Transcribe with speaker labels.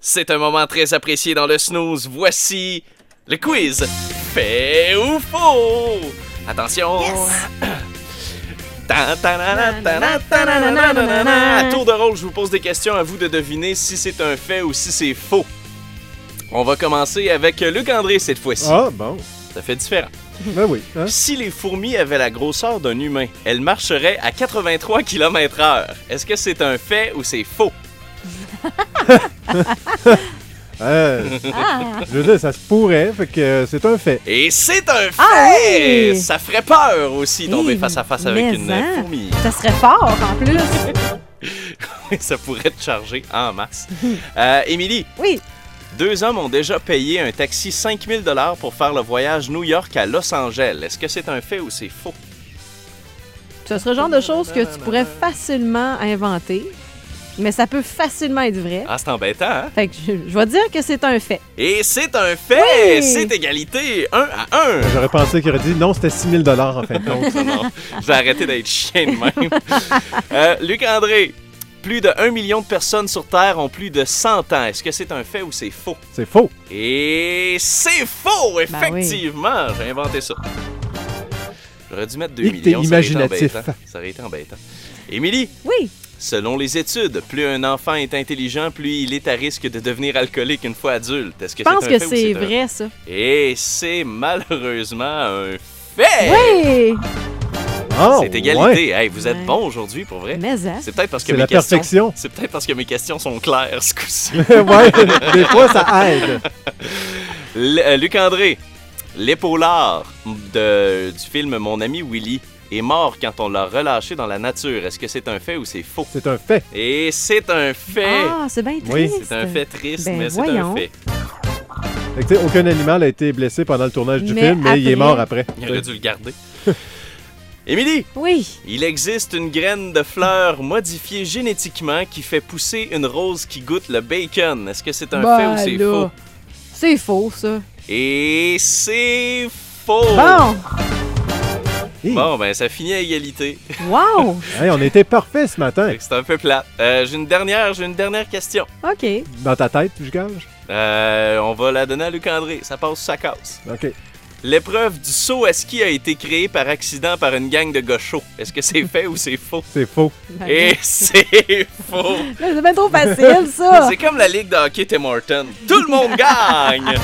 Speaker 1: C'est un moment très apprécié dans le snooze. Voici le quiz. Fait ou faux? Attention! Tan, tanana, tanana, tanana, tanana. À tour de rôle, je vous pose des questions à vous de deviner si c'est un fait ou si c'est faux. On va commencer avec Luc André cette fois-ci.
Speaker 2: Ah, bon.
Speaker 1: Ça fait différent.
Speaker 2: Ben oui. hein.
Speaker 1: Si les fourmis avaient la grosseur d'un humain, elles marcheraient à 83 km/h. Est-ce que c'est un fait ou c'est faux?
Speaker 2: Euh,
Speaker 3: Ah,
Speaker 2: je veux dire, ça se pourrait, fait que euh, c'est un fait.
Speaker 1: Et c'est un fait!
Speaker 3: Ah oui!
Speaker 1: Ça ferait peur aussi tomber
Speaker 3: Hey,
Speaker 1: face à face avec
Speaker 3: mais
Speaker 1: une
Speaker 3: hein.
Speaker 1: fourmi.
Speaker 3: ça serait fort en plus.
Speaker 1: Ça pourrait te charger en masse. Euh, Émilie,
Speaker 3: Oui.
Speaker 1: deux hommes ont déjà payé un taxi 5000 pour faire le voyage New York à Los Angeles. Est-ce que c'est un fait ou c'est faux?
Speaker 3: Ce serait le genre de choses que tu pourrais facilement inventer, mais ça peut facilement être vrai.
Speaker 1: Ah, c'est embêtant, hein?
Speaker 3: Fait que je, je vais dire que c'est un fait.
Speaker 1: Et c'est un fait!
Speaker 3: Oui!
Speaker 1: C'est égalité 1 à 1!
Speaker 2: J'aurais pensé qu'il aurait dit non, c'était 6 000 en fin de compte.
Speaker 1: Non, non, je vais arrêter d'être chien de même. Euh, Luc-André, plus de 1 million de personnes sur Terre ont plus de 100 ans. Est-ce que c'est un fait ou c'est faux?
Speaker 2: C'est faux.
Speaker 1: Et c'est faux,
Speaker 3: Bah oui.
Speaker 1: effectivement. J'ai inventé ça. J'aurais dû mettre 2
Speaker 2: Et que t'es
Speaker 1: millions. ça aurait été
Speaker 2: imaginatif.
Speaker 1: embêtant. Ça aurait été embêtant. Émilie,
Speaker 3: Oui.
Speaker 1: selon les études, plus un enfant est intelligent, plus il est à risque de devenir alcoolique une fois adulte. Est-ce que
Speaker 3: Je pense
Speaker 1: c'est un
Speaker 3: que
Speaker 1: fait ou
Speaker 3: c'est
Speaker 1: un-
Speaker 3: vrai, ça.
Speaker 1: Et c'est malheureusement un fait.
Speaker 3: Oui!
Speaker 2: Ah,
Speaker 1: c'est
Speaker 2: ouais.
Speaker 1: égalité. Hey, vous êtes
Speaker 3: Ouais.
Speaker 1: bon aujourd'hui, pour vrai.
Speaker 3: Mais hein?
Speaker 1: C'est peut-être parce que
Speaker 2: C'est
Speaker 1: mes
Speaker 2: la
Speaker 1: questions.
Speaker 2: perfection.
Speaker 1: C'est peut-être parce que mes questions sont claires ce coup-ci.
Speaker 2: ouais, des fois, ça aide.
Speaker 1: L- euh, Luc André, l'épaulard de- du film Mon ami Willy est mort quand on l'a relâché dans la nature. Est-ce que c'est un fait ou c'est faux?
Speaker 2: C'est un fait.
Speaker 1: Et c'est un fait!
Speaker 3: Ah, c'est bien triste.
Speaker 2: Oui.
Speaker 1: c'est un fait triste,
Speaker 3: Ben
Speaker 1: mais c'est un
Speaker 3: voyons.
Speaker 1: fait.
Speaker 2: Fait que, tu sais, aucun animal a été blessé pendant le tournage du
Speaker 3: Mais
Speaker 2: film, mais il est
Speaker 3: après.
Speaker 2: mort après.
Speaker 1: Il aurait dû le garder. Émilie,
Speaker 3: Oui.
Speaker 1: il existe une graine de fleur modifiée génétiquement qui fait pousser une rose qui goûte le bacon. Est-ce que c'est un fait
Speaker 3: Ben
Speaker 1: ou c'est
Speaker 3: là,
Speaker 1: faux?
Speaker 3: C'est faux, ça.
Speaker 1: Et c'est faux!
Speaker 3: Bon!
Speaker 2: Hi.
Speaker 1: Bon, ben ça finit à égalité.
Speaker 3: Wow!
Speaker 2: Hey, on était parfait ce matin.
Speaker 1: Fait que C'est un peu plat. Euh, j'ai une dernière, j'ai une dernière question.
Speaker 3: OK.
Speaker 2: Dans ta tête, je gage?
Speaker 1: Euh, on va la donner à Luc André. Ça passe, ça casse.
Speaker 2: OK.
Speaker 1: L'épreuve du saut à ski a été créée par accident par une gang de gauchos. Est-ce que c'est fait ou c'est faux?
Speaker 2: C'est faux.
Speaker 3: Ben,
Speaker 1: Et c'est faux!
Speaker 3: là, C'est bien trop facile, ça.
Speaker 1: C'est comme la ligue de hockey Tim Horton. Tout le monde gagne!